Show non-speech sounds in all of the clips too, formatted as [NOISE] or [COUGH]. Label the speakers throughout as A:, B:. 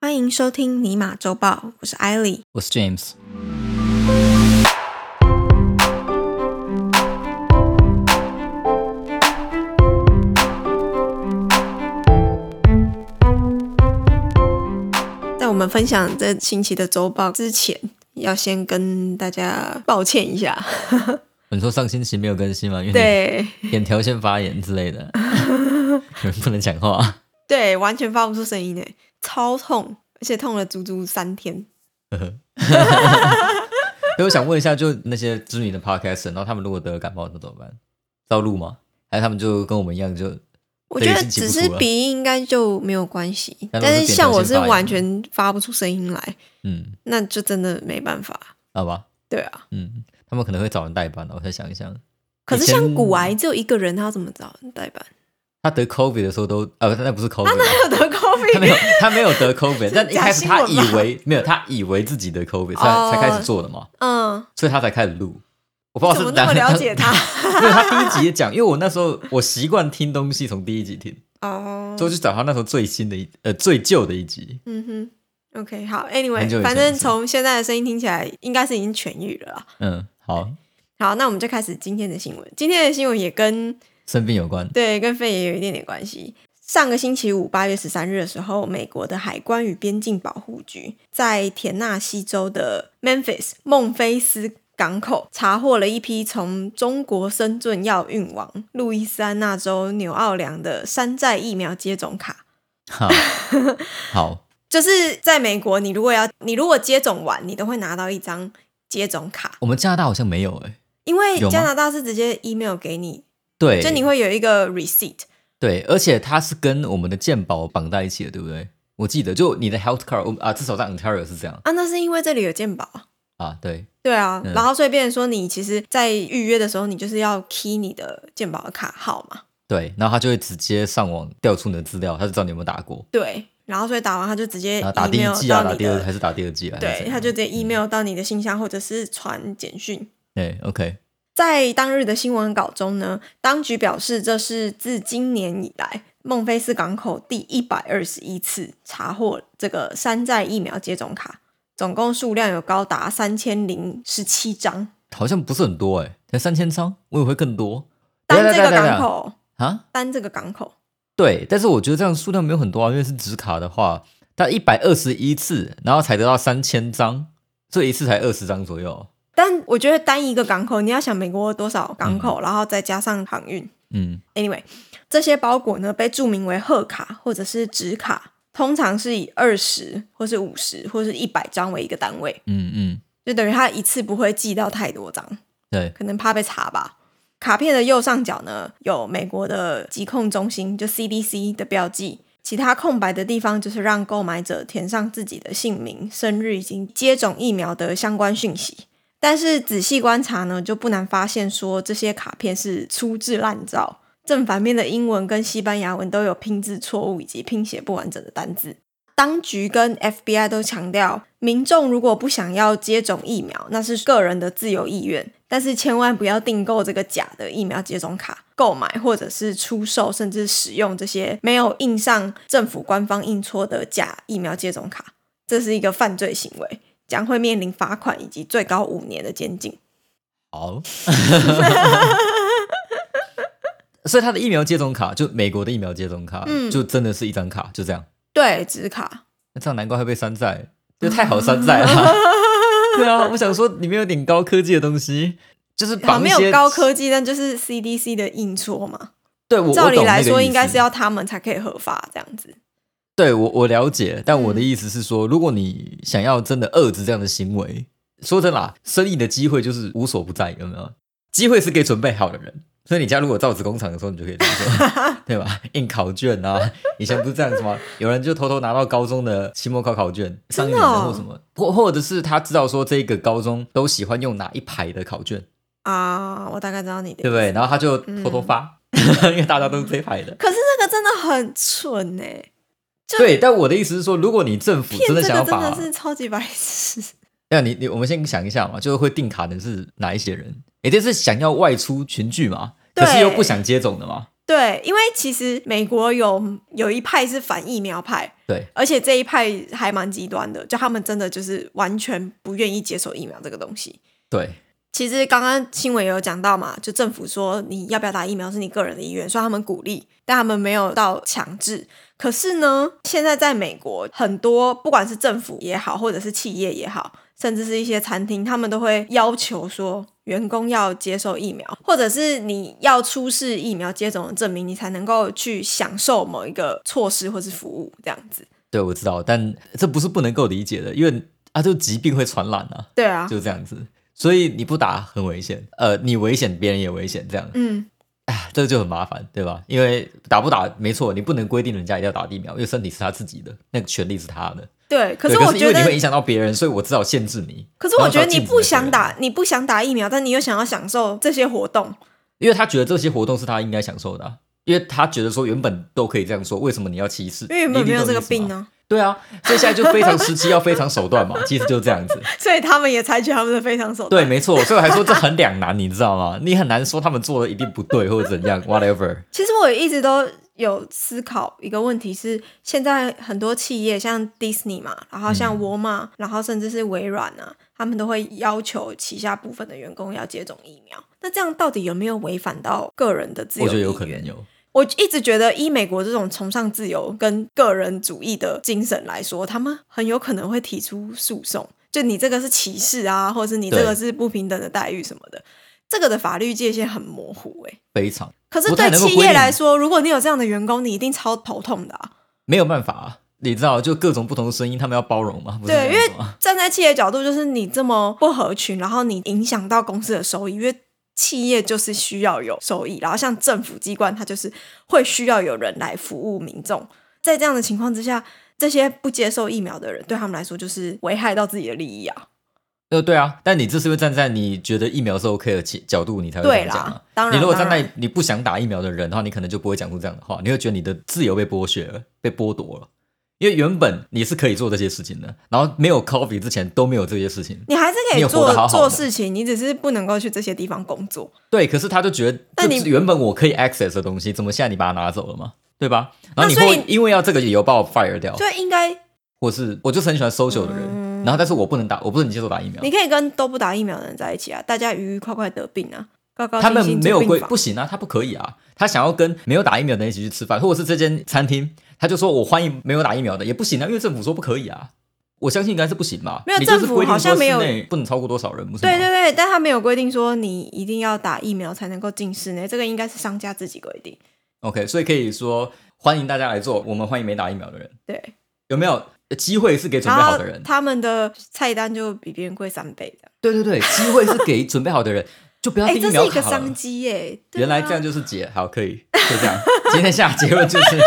A: 欢迎收听尼玛周报，我是艾莉。
B: 我是 James。
A: 在我们分享这星期的周报之前，要先跟大家抱歉一下。
B: 你说上星期没有更新吗？因为
A: 对
B: 你眼条线发炎之
A: [LAUGHS]
B: 类的，有人不能讲话。
A: 对，完全发不出声音诶，超痛，而且痛了足足三天。
B: 所以我想问一下，就那些知名的 podcast，然后他们如果得感冒，那怎么办？照录吗？还是他们就跟我们一样就，
A: 我觉得
B: 对已经记
A: 只
B: 不
A: 是
B: 住了
A: 鼻音应该就没有关系，
B: 但
A: 但是
B: 如果是扁
A: 像
B: 桃
A: 我
B: 腺
A: 是
B: 发炎
A: 完
B: 呢
A: 全发不出声音来，
B: 嗯，
A: 那就真的没办法。
B: 好吧，
A: 对啊，
B: 嗯，他们可能会找人代班的。我再想一想，
A: 可是
B: 以前
A: 像骨癌只有一个人，他要怎么找代班？
B: 他得 COVID 的时候都，呃， [LAUGHS] 他那不是 COVID，啊
A: 他有得 COVID
B: 他没有，他没有得
A: 这
B: COVID，
A: 是
B: 但一开始他
A: 假新闻吧
B: 以为没有，他以为自己得 COVID，才、才开始做的嘛，
A: 嗯，
B: 所以他才开始录。我不知道
A: 怎
B: 是
A: 么那么了解他？
B: 因为他第一集也讲，因为我那时候我习惯听东西从第一集听，
A: [LAUGHS] 哦，
B: 所以我就找他那时候最新的一呃最旧的一集。
A: 嗯哼，OK，好
B: 很久
A: ，Anyway，
B: 以前
A: 反正
B: 是
A: 从现在的声音听起来，应该是已经痊愈了啦。
B: 嗯，好，
A: 好，那我们就开始今天的新闻。今天的新闻也跟
B: 生病有关。
A: 对跟肺炎有一点点关系。上个星期五，八月十三日的时候，美国的海关与边境保护局在田纳西州的 Memphis 孟菲斯港口查获了一批从中国深圳要运往路易斯安那州纽奥良的山寨疫苗接种卡。 [LAUGHS]
B: 好，好，
A: 就是在美国，你如果要你如果接种完，你都会拿到一张接种卡，
B: 我们加拿大好像没有哎、
A: 因为
B: 有吗
A: 加拿大是直接 email 给你，
B: 对，
A: 就你会有一个 receipt。
B: 对，而且它是跟我们的健保绑在一起的，对不对？我记得就你的 health card，我啊，至少在 Ontario 是这样
A: 啊，那是因为这里有健保啊。
B: 啊，对，
A: 对啊，
B: 嗯
A: 然后所以变成说，你其实，在预约的时候，你就是要 key 你的健保的卡号嘛。
B: 对，然后他就会直接上网调出你的资料，他就知道你有没有打过，对，
A: 然后所以打完，他就直接
B: 然后打第一
A: email
B: 季啊，
A: 到
B: 打
A: 哎你
B: 第二还
A: 的，
B: 是打第二季啊？还是
A: 对
B: 怎，样
A: 他就直接 email 到你的信箱，或者是传简讯。
B: 对，OK，哎
A: 在当日的新闻稿中呢，当局表示这是自今年以来孟菲斯港口第一百二十一次查获这个山寨疫苗接种卡，总共数量有高达三千零十七张。
B: 好像不是很多哎、才三千张，我以为会更多。
A: 单
B: 等一
A: 这
B: 下
A: 个
B: 等一下等一
A: 港
B: 下
A: 口，
B: 啊，
A: 单这个港口，
B: 对，但是我觉得这样数量没有很多啊，因为是纸卡的话，它一百二十一次，然后才得到三千张，所以一次才二十张左右。
A: 但我觉得单一个港口，你要想美国有多少港口，然后再加上航运，
B: 嗯，
A: Anyway，这些包裹呢被注明为贺卡或者是纸卡，通常是以二十或是五十或是一百张为一个单位，
B: 嗯嗯，
A: 就等于他一次不会寄到太多张，
B: 对，
A: 可能怕被查吧。卡片的右上角呢有美国的疾控中心就 CDC 的标记，其他空白的地方就是让购买者填上自己的姓名、生日以及接种疫苗的相关讯息。但是仔细观察呢，就不难发现说这些卡片是粗制滥造，正反面的英文跟西班牙文都有拼字错误以及拼写不完整的单字。当局跟 FBI 都强调，民众如果不想要接种疫苗，那是个人的自由意愿，但是千万不要订购这个假的疫苗接种卡，购买或者是出售甚至使用这些没有印上政府官方印戳的假疫苗接种卡，这是一个犯罪行为，将会面临罚款以及最高五年的监禁。
B: 好。 [LAUGHS] 所以它的疫苗接种卡，就美国的疫苗接种卡，
A: 嗯
B: 就真的是一张卡，就这样。
A: 对，纸卡，
B: 那这样难怪会被山寨，这太好
A: [LAUGHS]
B: 山寨了。对啊，我想说里面有点高科技的东西，就是
A: 好
B: 绑
A: 没
B: 一些
A: 有高科技，但就是 CDC 的印戳嘛。
B: 对我
A: 照理
B: 我懂
A: 来
B: 那个
A: 说，
B: 意
A: 应该
B: 思
A: 是要他们才可以合法这样子。
B: 对我我了解，但我的
A: 嗯
B: 意思是说，如果你想要真的遏制这样的行为，说真的啦，生意的机会就是无所不在，有没有？机会是给准备好的人，所以你家如果造纸工厂的时候，你就可以这样
A: [LAUGHS]
B: 做，对吧？印考卷啊，以前不是这样子吗？有人就偷偷拿到高中的期末考考卷，上一
A: 真的
B: 年的
A: 哦
B: 或什么，或或者是他知道说这个高中都喜欢用哪一排的考卷，
A: 啊，我大概知道你的。
B: 对不对？然后他就偷
A: 嗯
B: 偷发， [LAUGHS] 因为大家都是这一排的。
A: 可是那个真的很蠢哎、就
B: 对，但我的意思是说，如果你政府
A: 骗
B: 真
A: 这
B: 的
A: 个
B: 想要
A: 真
B: 把
A: 的是超级白痴。 [LAUGHS]
B: 那你你我们先想一下嘛，就是会订卡的是哪一些人？也就是想要外出群聚嘛，
A: 对
B: 可是又不想接种的嘛。
A: 对，因为其实美国有有一派是反疫苗派，
B: 对，
A: 而且这一派还蛮极端的，就他们真的就是完全不愿意接受疫苗这个东西。
B: 对，
A: 其实刚刚新闻也有讲到嘛，就政府说你要不要打疫苗是你个人的意愿，所以他们鼓励，但他们没有到强制。可是呢，现在在美国很多不管是政府也好，或者是企业也好，甚至是一些餐厅，他们都会要求说员工要接受疫苗，或者是你要出示疫苗接种的证明，你才能够去享受某一个措施或是服务这样子。
B: 对，我知道，但这不是不能够理解的，因为啊，就疾病会传染啊，
A: 对啊，
B: 就这样子，所以你不打很危险，呃，你危险，别人也危险，这样，
A: 嗯，
B: 哎，这就很麻烦，对吧？因为打不打，没错，你不能规定人家一定要打疫苗，因为身体是他自己的，那个权利是他的。
A: 对。可
B: 对
A: 是
B: 可
A: 我
B: 是因
A: 觉
B: 为
A: 得
B: 你会影响到别人，所以我只好限制你。
A: 可是我觉得
B: 然后只好
A: 你
B: 禁止
A: 不
B: 那个
A: 想
B: 人，
A: 打，你不想打疫苗，但你又想要享受这些活动，
B: 因为他觉得这些活动是他应该享受的啊、因为他觉得说原本都可以这样说，为什么你要歧视？
A: 因为原本
B: 你
A: 没
B: 一定
A: 有
B: 懂
A: 这个
B: 意思
A: 病
B: 吗
A: 呢、
B: 对啊，所以现在就非常时期要非常手段嘛，其实就是这样子。
A: [LAUGHS] 所以他们也采取他们的非常手
B: 对，
A: 段。，
B: 没错，所以我还说这很两难，你知道吗？你很难说他们做的一定不对或者怎样，whatever。
A: 其实我一直都有思考一个问题是，现在很多企业像 Disney 嘛，然后
B: 嗯
A: 像沃尔玛，然后甚至是微软啊，他们都会要求旗下部分的员工要接种疫苗。那这样到底有没有违反到个人的自由？
B: 我觉得有可能。有，
A: 我一直觉得，以美国这种崇尚自由跟个人主义的精神来说，他们很有可能会提出诉讼，就你这个是歧视啊，或者是你这个
B: 对
A: 是不平等的待遇什么的，这个的法律界限很模糊诶、
B: 非常
A: 可是
B: 不
A: 对
B: 太能够
A: 企
B: 规
A: 业
B: 定
A: 来说，如果你有这样的员工，你一定超头痛的、啊。
B: 没有办法、啊，你知道，就各种不同的声音，他们要包容嘛，不是
A: 对
B: 这样子啊吗？
A: 站在企业角度，就是你这么不合群，然后你影响到公司的收益，因为企业就是需要有收益，然后像政府机关，它就是会需要有人来服务民众。在这样的情况之下，这些不接受疫苗的人，对他们来说就是危害到自己的利益啊。
B: 呃，对啊，但你这是会站在你觉得疫苗是 OK 的角角度，你才会这
A: 对
B: 样讲
A: 啦
B: 啊。，
A: 当然，
B: 你如果站
A: 当然
B: 在你不想打疫苗的人的话，你可能就不会讲出这样的话，你会觉得你的自由被剥削了，被剥夺了。因为原本你是可以做这些事情的，然后没有 COVID 之前都没有这些事情。
A: 你还是可以
B: 你活
A: 做
B: 得好好
A: 做
B: 的
A: 事情，你只是不能够去这些地方工作。
B: 对，可是他就觉得，
A: 但
B: 这
A: 你
B: 是原本我可以 access 的东西，怎么现在你把它拿走了嘛？对吧？然后你
A: 那所以
B: 会因为要这个理由把我 fire 掉，
A: 就应该，
B: 或是我就是很喜欢 social 的人，
A: 嗯
B: 然后但是我不能打，我不能接受打疫苗
A: 你。可以跟都不打疫苗的人在一起啊，大家愉愉快快得病啊，高高兴
B: 他
A: 兴
B: 们没有
A: 住病
B: 规
A: 房
B: 不行啊，他不可以啊，他想要跟没有打疫苗的人一起去吃饭，或者是这间餐厅，他就说我欢迎没有打疫苗的也不行啊，因为政府说不可以啊。我相信应该是不行吧？
A: 没有
B: 你就是
A: 政府
B: 规定
A: 好像
B: 说
A: 没有
B: 室内不能超过多少人，不是吗？
A: 对对对，但他没有规定说你一定要打疫苗才能够进室内，这个应该是商家自己规定。
B: OK，所以可以说欢迎大家来做，我们欢迎没打疫苗的人，
A: 对，
B: 有没有呃机会是给准
A: 然
B: 备好
A: 后
B: 的人？
A: 他们的菜单就比别人贵三倍的。
B: 对对对，机会是给准备好的人，就不要
A: 哎、
B: 定
A: 这
B: 疫
A: 是
B: 苗
A: 一个
B: 卡了
A: 商机耶、对
B: 原来
A: 啊
B: 这样就是解，好，可以，就这样。 [LAUGHS] 今天下结
A: [LAUGHS]
B: 论就是，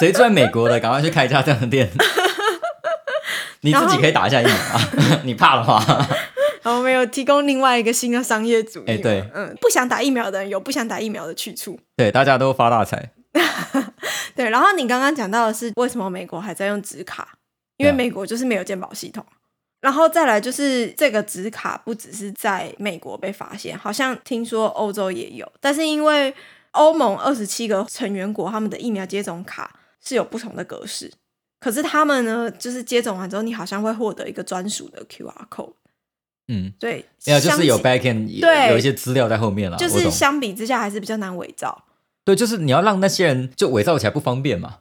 B: 谁住在美国的，赶快去开一家这样的店。你自己可以打一下疫苗啊， [LAUGHS] 你怕的话，
A: 然后没有提供另外一个新的商业主义嘛。
B: 哎对
A: 嗯，不想打疫苗的人有不想打疫苗的去处。
B: 对，大家都发大财。
A: 对，然后你刚刚讲到的是为什么美国还在用纸卡，因为
B: 对啊
A: 美国就是没有健保系统。然后再来就是这个纸卡不只是在美国被发现，好像听说欧洲也有，但是因为欧盟二十七个成员国他们的疫苗接种卡是有不同的格式，可是他们呢，就是接种完之后，你好像会获得一个专属的 QR code，
B: 嗯，
A: 对，
B: 没有，就是有
A: 相比
B: backend 有
A: 对
B: 有一些资料在后面了，
A: 就
B: 我
A: 是
B: 懂。
A: 相比之下还是比较难伪造。
B: 对，就是你要让那些人就伪造起来不方便嘛。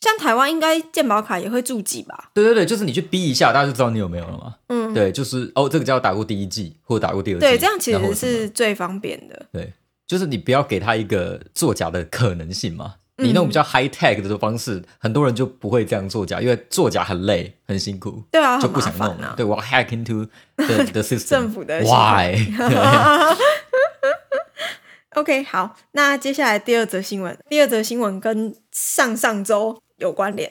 A: 像台湾应该健保卡也会注记吧？
B: 对对对，就是你去逼一下，大家就知道你有没有了嘛。
A: 嗯，
B: 对，就是哦，这个叫打过第一季或打过第二季，
A: 对，这样其
B: 然后
A: 实
B: 什么
A: 是最方便的。
B: 对，就是你不要给他一个作假的可能性嘛。
A: 嗯
B: 你那种比较 high tech 的方式，很多人就不会这样作假，因为作假很累、很辛苦，
A: 对啊，
B: 就
A: 很
B: 不
A: 麻
B: 想
A: 烦
B: 弄了。
A: 啊。
B: 对，我要 hack into the
A: [LAUGHS]
B: the system。
A: 政府的系统 [LAUGHS]
B: why？
A: 啊 OK，好，那接下来第二则新闻，第二则新闻跟上上周有关联。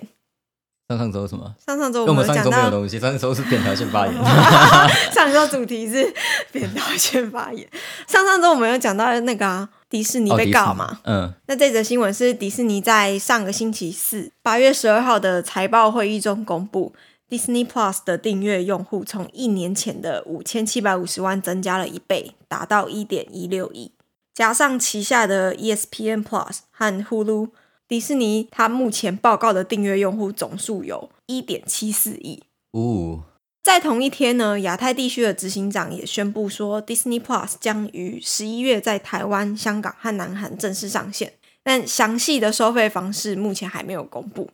B: 上上周什么？
A: 上上周
B: 因为我
A: 们
B: 们
A: 有
B: 上一
A: 讲
B: 周没有
A: 到，
B: 东西，上一周是扁条
A: [LAUGHS]
B: 线发言。
A: 上周主题是扁桃腺发炎。上上周我们有讲到那个啊、迪士尼
B: 哦
A: 被告？
B: 迪
A: 嘛
B: 士尼？嗯，
A: 那这则新闻是迪士尼在上个星期四八月十二号的财报会议中公布，Disney Plus 的订阅用户从一年前的五千七百五十万增加了一倍，达到一点一六亿。加上旗下的 E ESPN Plus 和 Hulu，迪士尼它目前报告的订阅用户总数有一点七四亿。
B: 哦，
A: 在同一天呢，亚太地区的执行长也宣布说，Disney Plus 将于十一月在台湾、香港和南韩正式上线，但详细的收费方式目前还没有公布。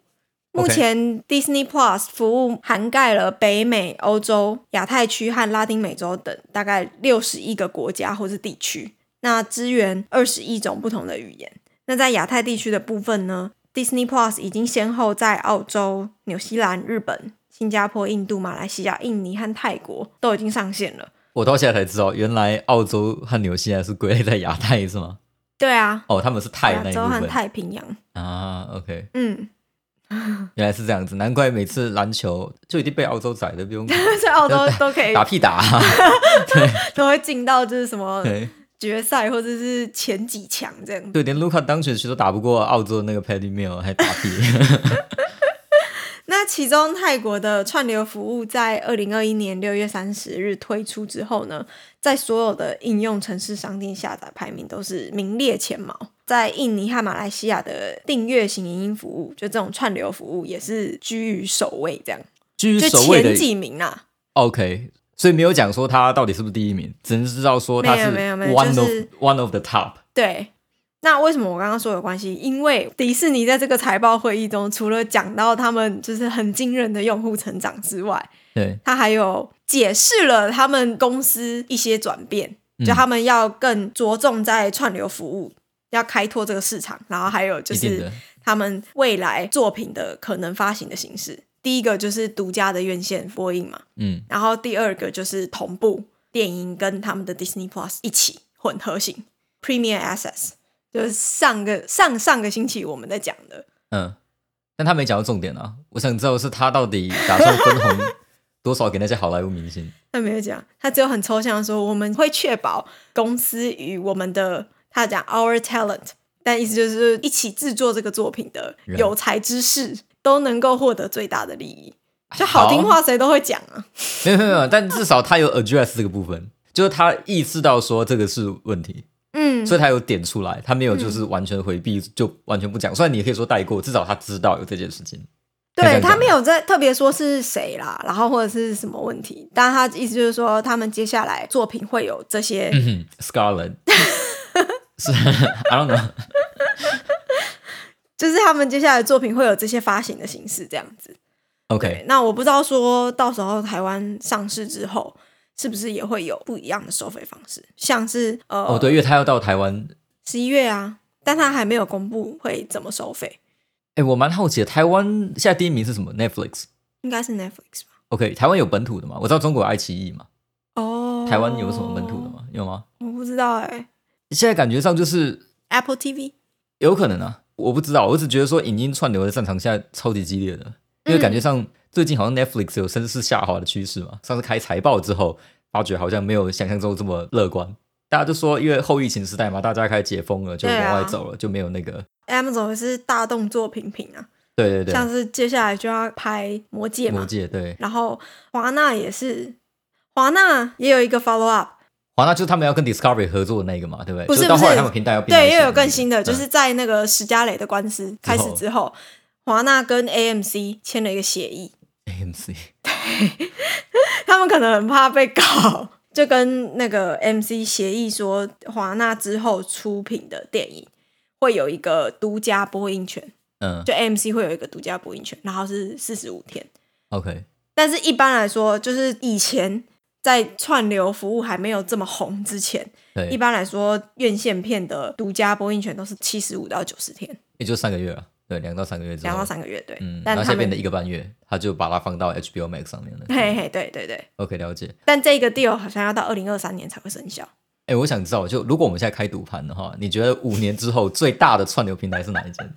A: 目
B: OK
A: 前，Disney Plus 服务涵盖了北美、欧洲、亚太区和拉丁美洲等大概六十亿个国家或是地区，那支援二十亿种不同的语言。那在亚太地区的部分呢，Disney Plus 已经先后在澳洲、纽西兰、日本、新加坡、印度、马来西亚、印尼和泰国都已经上线了。
B: 我到现在才知道，原来澳洲和纽西兰是归类在亚太是吗？
A: 对啊，
B: 哦，他们是泰
A: 亚
B: 那一
A: 洲和
B: 部分
A: 太平洋，
B: 啊。OK，
A: 嗯， [LAUGHS]
B: 原来是这样子，难怪每次篮球就已经被澳洲宰的，不用
A: 在澳洲都可以
B: [LAUGHS] 打屁打、
A: 都会进到就是什么
B: 对，
A: 决赛或者是前几强这样子。
B: [LAUGHS] 对，连卢卡当选时都打不过澳洲的那个 Paddy Mill，还打
A: [LAUGHS]
B: 屁。
A: 那其中泰国的串流服务在二零二一年六月三十日推出之后呢，在所有的应用城市商店下载排名都是名列前茅。在印尼和马来西亚的订阅型影音服务，就这种串流服务也是居于首位，这样
B: 居
A: 就
B: 首位
A: 前
B: 的
A: 几名啊啦。
B: OK，所以没有讲说他到底是不是第一名，只能知道说他是
A: 没有没有没有
B: one
A: 就
B: of
A: 是
B: one of the top。
A: 对，那为什么我刚刚说有关系？因为迪士尼在这个财报会议中，除了讲到他们就是很惊人的用户成长之外，
B: 对，
A: 他还有解释了他们公司一些转变，
B: 嗯
A: 就他们要更着重在串流服务，要开拓这个市场，然后还有就
B: 一定
A: 是
B: 的。
A: 他们未来作品的可能发行的形式。第一个就是独家的院线播映嘛，
B: 嗯，
A: 然后第二个就是同步电影跟他们的 Disney Plus 一起混合型 Premier Access，就是上个上上个星期我们在讲的，
B: 嗯，但他没讲到重点啊。我想知道是他到底打算分红多少给那些好莱坞明星？
A: 他没有讲，他只有很抽象的说，我们会确保公司与我们的他讲 our talent，但意思就是一起制作这个作品的
B: 人
A: 有才之士都能够获得最大的利益。 [LAUGHS] 就好听话谁都会讲啊，
B: 没有没有没有，但至少他有 address 这个部分，就是他意识到说这个是问题，
A: 嗯，
B: 所以他有点出来，他没有就是完全回避，就完全不讲。虽然你也可以说带过，至少他知道有这件事情。可以这
A: 对
B: 样讲
A: 他没有在特别说是谁啦，然后或者是什么问题，但他意思就是说，他们接下来作品会有这些，
B: 嗯哼，Scarlett
A: [LAUGHS]
B: 是 I don't know。
A: 就是他们接下来作品会有这些发行的形式这样子。
B: OK，
A: 那我不知道说到时候台湾上市之后，是不是也会有不一样的收费方式，像是呃，
B: 哦，对，因为他要到台湾，
A: 十一月啊，但他还没有公布会怎么收费，
B: 哎，我蛮好奇的，台湾现在第一名是什么？Netflix。
A: 应该是 Netflix 吧？
B: OK，台湾有本土的吗？我知道中国有爱奇艺嘛，
A: 哦，
B: 台湾有什么本土的？吗？有吗？
A: 我不知道哎、
B: 现在感觉上就是
A: Apple TV
B: 有可能啊，我不知道，我只觉得说影音串流的战场现在超级激烈的，因为感觉上最近好像 Netflix 有声势下滑的趋势嘛。上次开财报之后，发觉好像没有想象中这么乐观。大家就说，因为后疫情时代嘛，大家开始解封了，就
A: 对啊
B: 往外走了，就没有那个。
A: Amazon 也是大动作频频啊，
B: 对对对，
A: 像是接下来就要拍《魔戒》
B: 魔
A: 嘛，
B: 戒对，
A: 然后华纳也是，华纳也有一个 follow up，
B: 华纳就是他们要跟 Discovery 合作的那个嘛，对不对？
A: 不是
B: 就到后
A: 不
B: 来
A: 是
B: 他们平台要并在一
A: 对，
B: 起
A: 又有
B: 的那
A: 更
B: 个
A: 新的，就
B: 嗯
A: 是在那个史嘉蕾的官司开始
B: 后
A: 之后，华纳跟 AMC 签了一个协议， [LAUGHS]
B: AMC
A: 他们可能很怕被告， [LAUGHS] 就跟那个 MC 协议说，华纳之后出品的电影会有一个独家播映权，
B: 嗯
A: 就 MC 会有一个独家播映权，然后是四十五天。
B: OK
A: 但是一般来说，就是以前在串流服务还没有这么红之前，
B: 对，
A: 一般来说院线片的独家播映权都是七十五到九十天，
B: 也就三个月了，对，两到三个月之后，
A: 两到三个月对。
B: 嗯，然
A: 但
B: 后
A: 他
B: 现在变
A: 们
B: 得一个半月，他就把它放到 HBO Max 上面了。
A: 嘿嘿，对对对，
B: OK，了解。
A: 但这个 deal 好像要到二零二三年才会生效。
B: 哎、我想知道，就如果我们现在开赌盘的话，你觉得五年之后最大的串流平台是哪一间？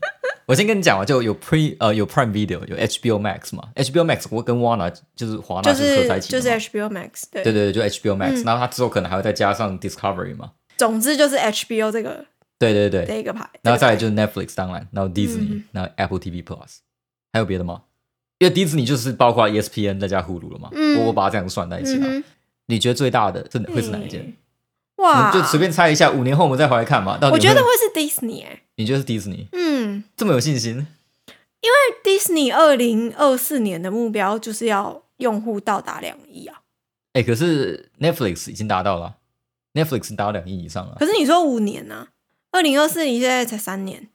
B: 我先跟你讲啊，就有 Pre 呃有 Prime Video，有 HBO Max 嘛，HBO Max 我跟 Warner 就是华纳
A: 就
B: 合在一
A: 是
B: 起的
A: 就是
B: 嘛
A: 嗯 HBO Max，对，
B: 对对对，就 HBO Max，、然后它之后可能还会再加上 Discovery 嘛，
A: 总之就是 HBO 这个
B: 对对对，
A: 这一个牌，
B: 然后再来
A: 这
B: 就是 Netflix，当然，然后 Disney，、
A: 嗯
B: 然后 Apple TV Plus，还有别的吗？因为 Disney 就是包括 E ESPN 再加 Hulu 了嘛，
A: 嗯
B: 我我把它这样算在一起
A: 个
B: 了。
A: 牌嗯哼
B: 你觉得最大的是会是哪一件？
A: 嗯
B: 我
A: 哇，
B: 们就随便猜一下，五年后我们再回来看嘛。到底
A: 我
B: 有没
A: 觉
B: 有
A: 得会是 Disney 哎、
B: 你就是迪士尼
A: 嗯
B: 这么有信心，
A: ，Disney 二零二四年的目标就是要用户到达两亿啊。
B: 哎、可是 Netflix 已经达到了啊，Netflix 达到两亿以上了。
A: 可是你说五年呢、啊？二零二四你现在才三年，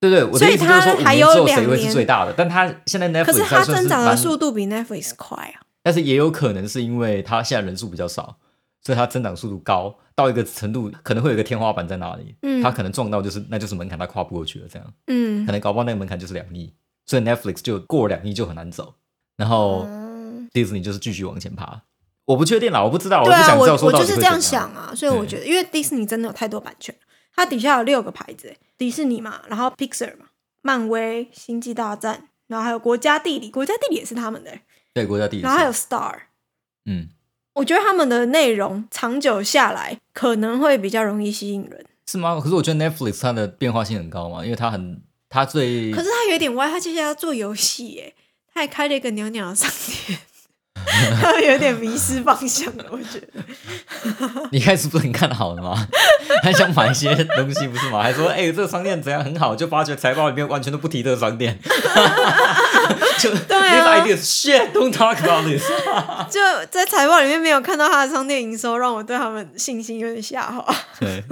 B: 对对，我
A: 所
B: 的
A: 以
B: 意思就是
A: 它
B: 说，五
A: 还
B: 年
A: 有
B: 之后
A: 两
B: 谁会
A: 年
B: 是最大的？但它现在 Netflix
A: 可是它
B: 还算
A: 增长的
B: 蛮
A: 速度比 Netflix 快啊。
B: 但是也有可能是因为它现在人数比较少，所以它增长速度高到一个程度，可能会有一个天花板在那里。
A: 嗯
B: 它可能撞到就是那就是门槛，它跨不过去了，这样
A: 嗯
B: 可，能搞不好那个门槛就是两亿，所以 Netflix 就过两亿就很难走，然后
A: 嗯
B: Disney 就是继续往前爬。我不确定啦，我不知道，
A: 对
B: 不
A: 啊，
B: 哦想知道
A: 我
B: 说
A: 我
B: 到
A: 就
B: 底
A: 是
B: 会
A: 这
B: 怎样嗯
A: 样想啊，所以我
B: 对
A: 觉得，因为 Disney 真的有太多版权，它底下有六个牌子，欸迪士尼嘛，然后 Pixar 嘛，漫威、星际大战，然后还有国家地理，国家地理也是他们的，欸
B: 对国家地理是，
A: 然后还有 Star，
B: 嗯，
A: 我觉得他们的内容长久下来可能会比较容易吸引人，
B: 是吗？可是我觉得 Netflix 它的变化性很高嘛，因为它很它最
A: 可是他有点歪，他接下来要做游戏耶，他还开了一个鸟鸟的商店。 [LAUGHS] 他们有点迷失方向了，我觉得。
B: [LAUGHS] 你一开始不是很看好的吗？ [LAUGHS] 还想买一些东西不是吗？还说哎、这个商店怎样很好，就发觉财报里面完全都不提这个商店， [LAUGHS] 就
A: 对啊
B: this idea is shit don't talk about
A: [LAUGHS]
B: this
A: 就在财报里面没有看到他的商店营收，让我对他们信心有点下滑。
B: 对，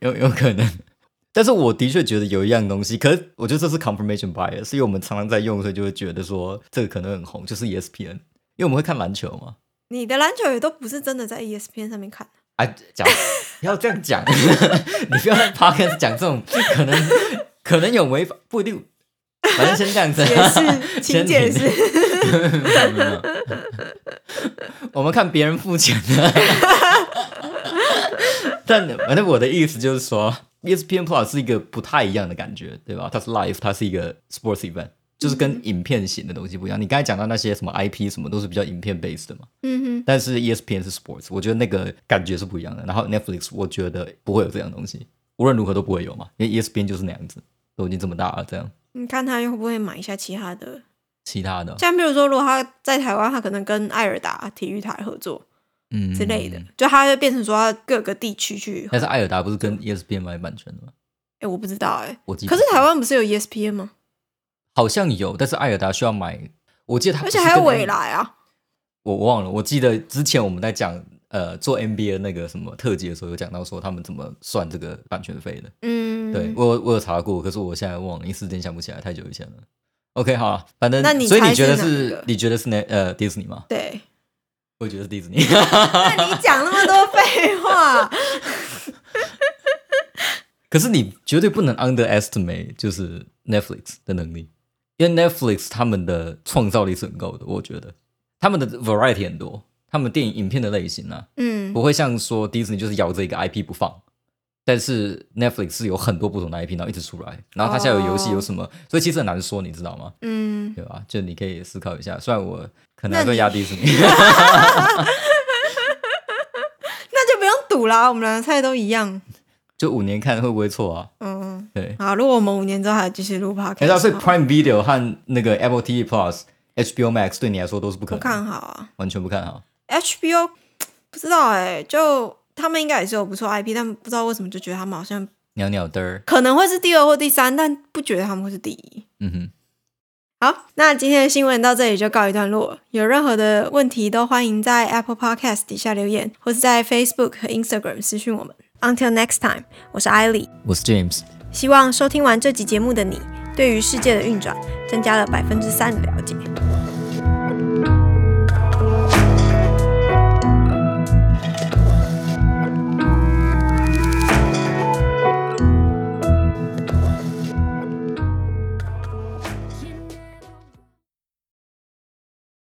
B: 有有可能。但是我的确觉得有一样东西，可是我觉得这是 confirmation bias，是因为我们常常在用，所以就会觉得说这个可能很红，就是 E ESPN，因为我们会看篮球嘛。
A: 你的篮球也都不是真的在 E ESPN 上面看，
B: [LAUGHS] 啊，讲不要这样讲， [LAUGHS] 你不要在 podcast 讲这种可能可能有违法，不一定，反正先这样子。
A: 解释，请
B: 先
A: 解
B: 停
A: 释。
B: 没有没有没有 [LAUGHS] 我们看别人付钱的。 [LAUGHS] 但反正我的意思就是说，ESPN，E Plus 是一个不太一样的感觉，对吧？它是 live，它是一个 sports event，就是跟影片型的东西不一样。你刚才讲到那些什么 IP 什么都是比较影片 base 的嘛，
A: 嗯
B: 但是 E ESPN 是 sports，我觉得那个感觉是不一样的。然后 Netflix 我觉得不会有这样的东西，无论如何都不会有嘛，因为 E ESPN 就是那样子，都已经这么大了，这样
A: 哼，你看他会不会买一下其他的？
B: 其他的
A: 像比如说，如果他在台湾，他可能跟艾尔达体育台合作
B: 嗯
A: 之类的，就他会变成说他各个地区去。哎、
B: 但是艾尔达不是跟 E ESPN 买版权的吗？
A: 我不知道哎、
B: 我记得
A: 可是台湾不是有 E ESPN 吗？
B: 好像有，但是艾尔达需要买，我记得他
A: 而且还有未，来啊，
B: 我忘了，我记得之前我们在讲呃做 NBA 那个什么特辑的时候，有讲到说他们怎么算这个版权费的。
A: 嗯，
B: 对我有我有查过，可是我现在忘了，一时间想不起来，太久以前了。OK，好啊，反正
A: 那你
B: 所以
A: 猜
B: 你觉得
A: 是哪一
B: 是
A: 个
B: 你觉得是那呃迪士尼吗？
A: 对。
B: 我觉得是迪士尼。
A: 那你讲那么多废话，
B: [LAUGHS] 可是你绝对不能 underestimate 就是 Netflix 的能力，因为 Netflix 他们的创造力是很够的，我觉得他们的 variety 很多，他们电影影片的类型啊，
A: 嗯
B: 不会像说 Disney 就是咬着一个 IP 不放。但是 Netflix 是有很多不同的 IP，然后一直出来，然后它现在有游戏
A: 哦
B: 有什么所以其实很难说，你知道吗？
A: 嗯，
B: 对吧？就你可以思考一下，虽然我可
A: 那
B: 能会
A: 你
B: 压迪士
A: [LAUGHS]
B: 尼，
A: 那就不用赌啦，我们两个菜都一样。
B: 就五年看会不会错啊？
A: 嗯，
B: 对，
A: 好，如果我们五年之后还继续录 p o d
B: 哎、那所以
A: c
B: Prime Video 和那个 Apple TV Plus、HBO Max 对你来说都是不可
A: 不
B: 能的，
A: 看好啊。
B: 完全不看好。
A: HBO 不知道哎、就他们应该也是有不错 IP，但不知道为什么就觉得他们好像
B: 鸟鸟的儿，
A: 可能会是第二或第三，但不觉得他们会是第一。
B: 嗯哼，
A: 好，那今天的新闻到这里就告一段落。有任何的问题都欢迎在 Apple Podcast 底下留言，或是在 Facebook 和 Instagram 私讯我们。Until next time，我是艾莉。
B: 我是 James，
A: 希望收听完这集节目的你，对于世界的运转增加了百分之三的了解。